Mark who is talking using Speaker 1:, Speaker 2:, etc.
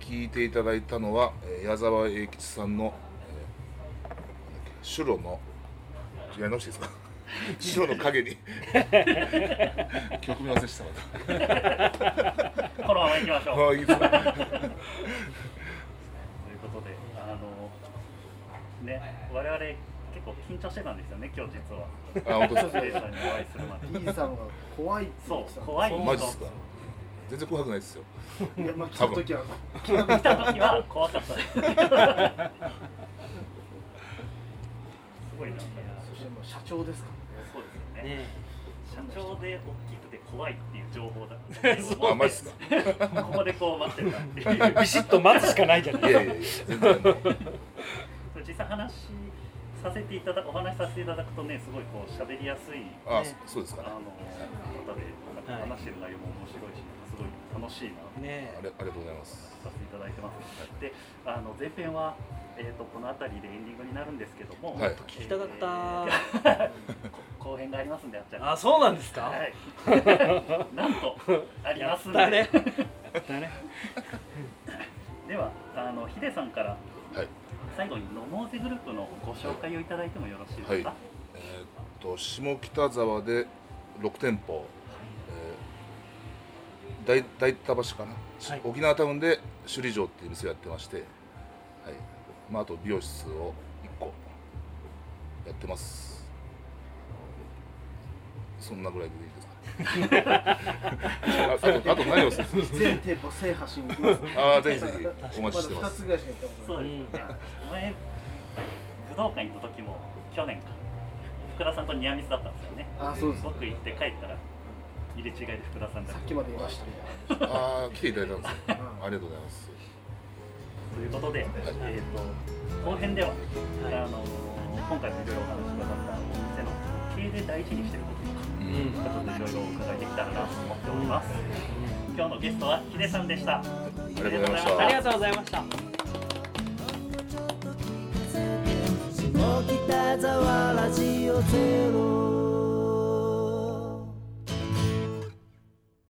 Speaker 1: 聞いていただいたのは、えー矢沢永吉さんの、えー、シュロの違い直してい いですかシュロの影 に曲名忘れしたまた
Speaker 2: このままいきましょう
Speaker 1: ああいいですね
Speaker 2: ということであのね我々結構緊張してたんですよね今日実は
Speaker 1: あ本当です
Speaker 2: ス
Speaker 1: か
Speaker 2: テージさんにお会いするまで
Speaker 3: B さんが怖いって言っ
Speaker 2: そ
Speaker 3: てた
Speaker 2: う怖い
Speaker 3: い
Speaker 1: マジっすか全然怖くないですよ
Speaker 3: やまあ来た時は
Speaker 2: 来た時は怖かったですすごいな
Speaker 3: そしてもう社長ですからね
Speaker 2: そうですよね
Speaker 4: ね
Speaker 2: 社長で大きくて怖いっていう情報 だ
Speaker 1: あマジっすか
Speaker 2: ここでこう待ってたっていう
Speaker 4: えビシッと待つしかないじゃない
Speaker 1: いやいやいや全然もう
Speaker 2: 実際話させていただくお話しさせていただくとねすごいこう喋りやすい
Speaker 1: あ
Speaker 4: ね
Speaker 1: そそうですか
Speaker 2: あの
Speaker 1: ね
Speaker 2: 方でなんか話してる内容も面白いしすごい楽しいなと
Speaker 4: ね
Speaker 1: あれありがとうございます
Speaker 2: させていただいてますであの前編は、えー、とこの辺りでエンディングになるんですけども、
Speaker 1: はい
Speaker 4: 聞きたかった
Speaker 2: えー こ後編がありますんであっちゃん
Speaker 4: あそうなんですか、
Speaker 2: はい、なんとありますんで
Speaker 4: だねだね
Speaker 2: ではあのヒデさんから
Speaker 1: はい
Speaker 2: 最後にノモーゼグループのご紹介をいただいてもよろしいですか、
Speaker 1: はいえーっと下北沢で6店舗、えー、大大田橋かな、
Speaker 4: はい
Speaker 1: 沖縄タウンで首里城っていう店をやってまして、はいまあ、あと美容室を1個やってますそんなぐらいでいい ですかああとあと何をする
Speaker 3: 全店舗制覇しに行きますね
Speaker 1: ああぜひぜひお
Speaker 3: ま
Speaker 1: 待
Speaker 3: だ
Speaker 1: ちしてま
Speaker 3: 2
Speaker 1: す
Speaker 3: つぐらいしか行ったこと
Speaker 2: そうですね、前武道館行った時も去年か福田さんとニアミスだったんですよね
Speaker 3: ないあそうですさ
Speaker 2: 僕行って帰ったら入れ違いで福田さんだ
Speaker 3: っきまでいましたね
Speaker 1: ああ来ていただいたんですね
Speaker 3: うん
Speaker 1: ありがとうございます
Speaker 2: ということで、えー、と後編では、あの今回もいろいろお話しくださったお店の経営で大事にしてることとか
Speaker 1: う
Speaker 4: うんん
Speaker 2: ちょっといろいろ伺いできたらなと思っております。今日のゲストはヒデさんでした。
Speaker 1: ありがとうございまし
Speaker 2: ありがとうございまし
Speaker 1: た
Speaker 2: た
Speaker 4: ありがとうございました
Speaker 5: 下北沢ラジオゼロ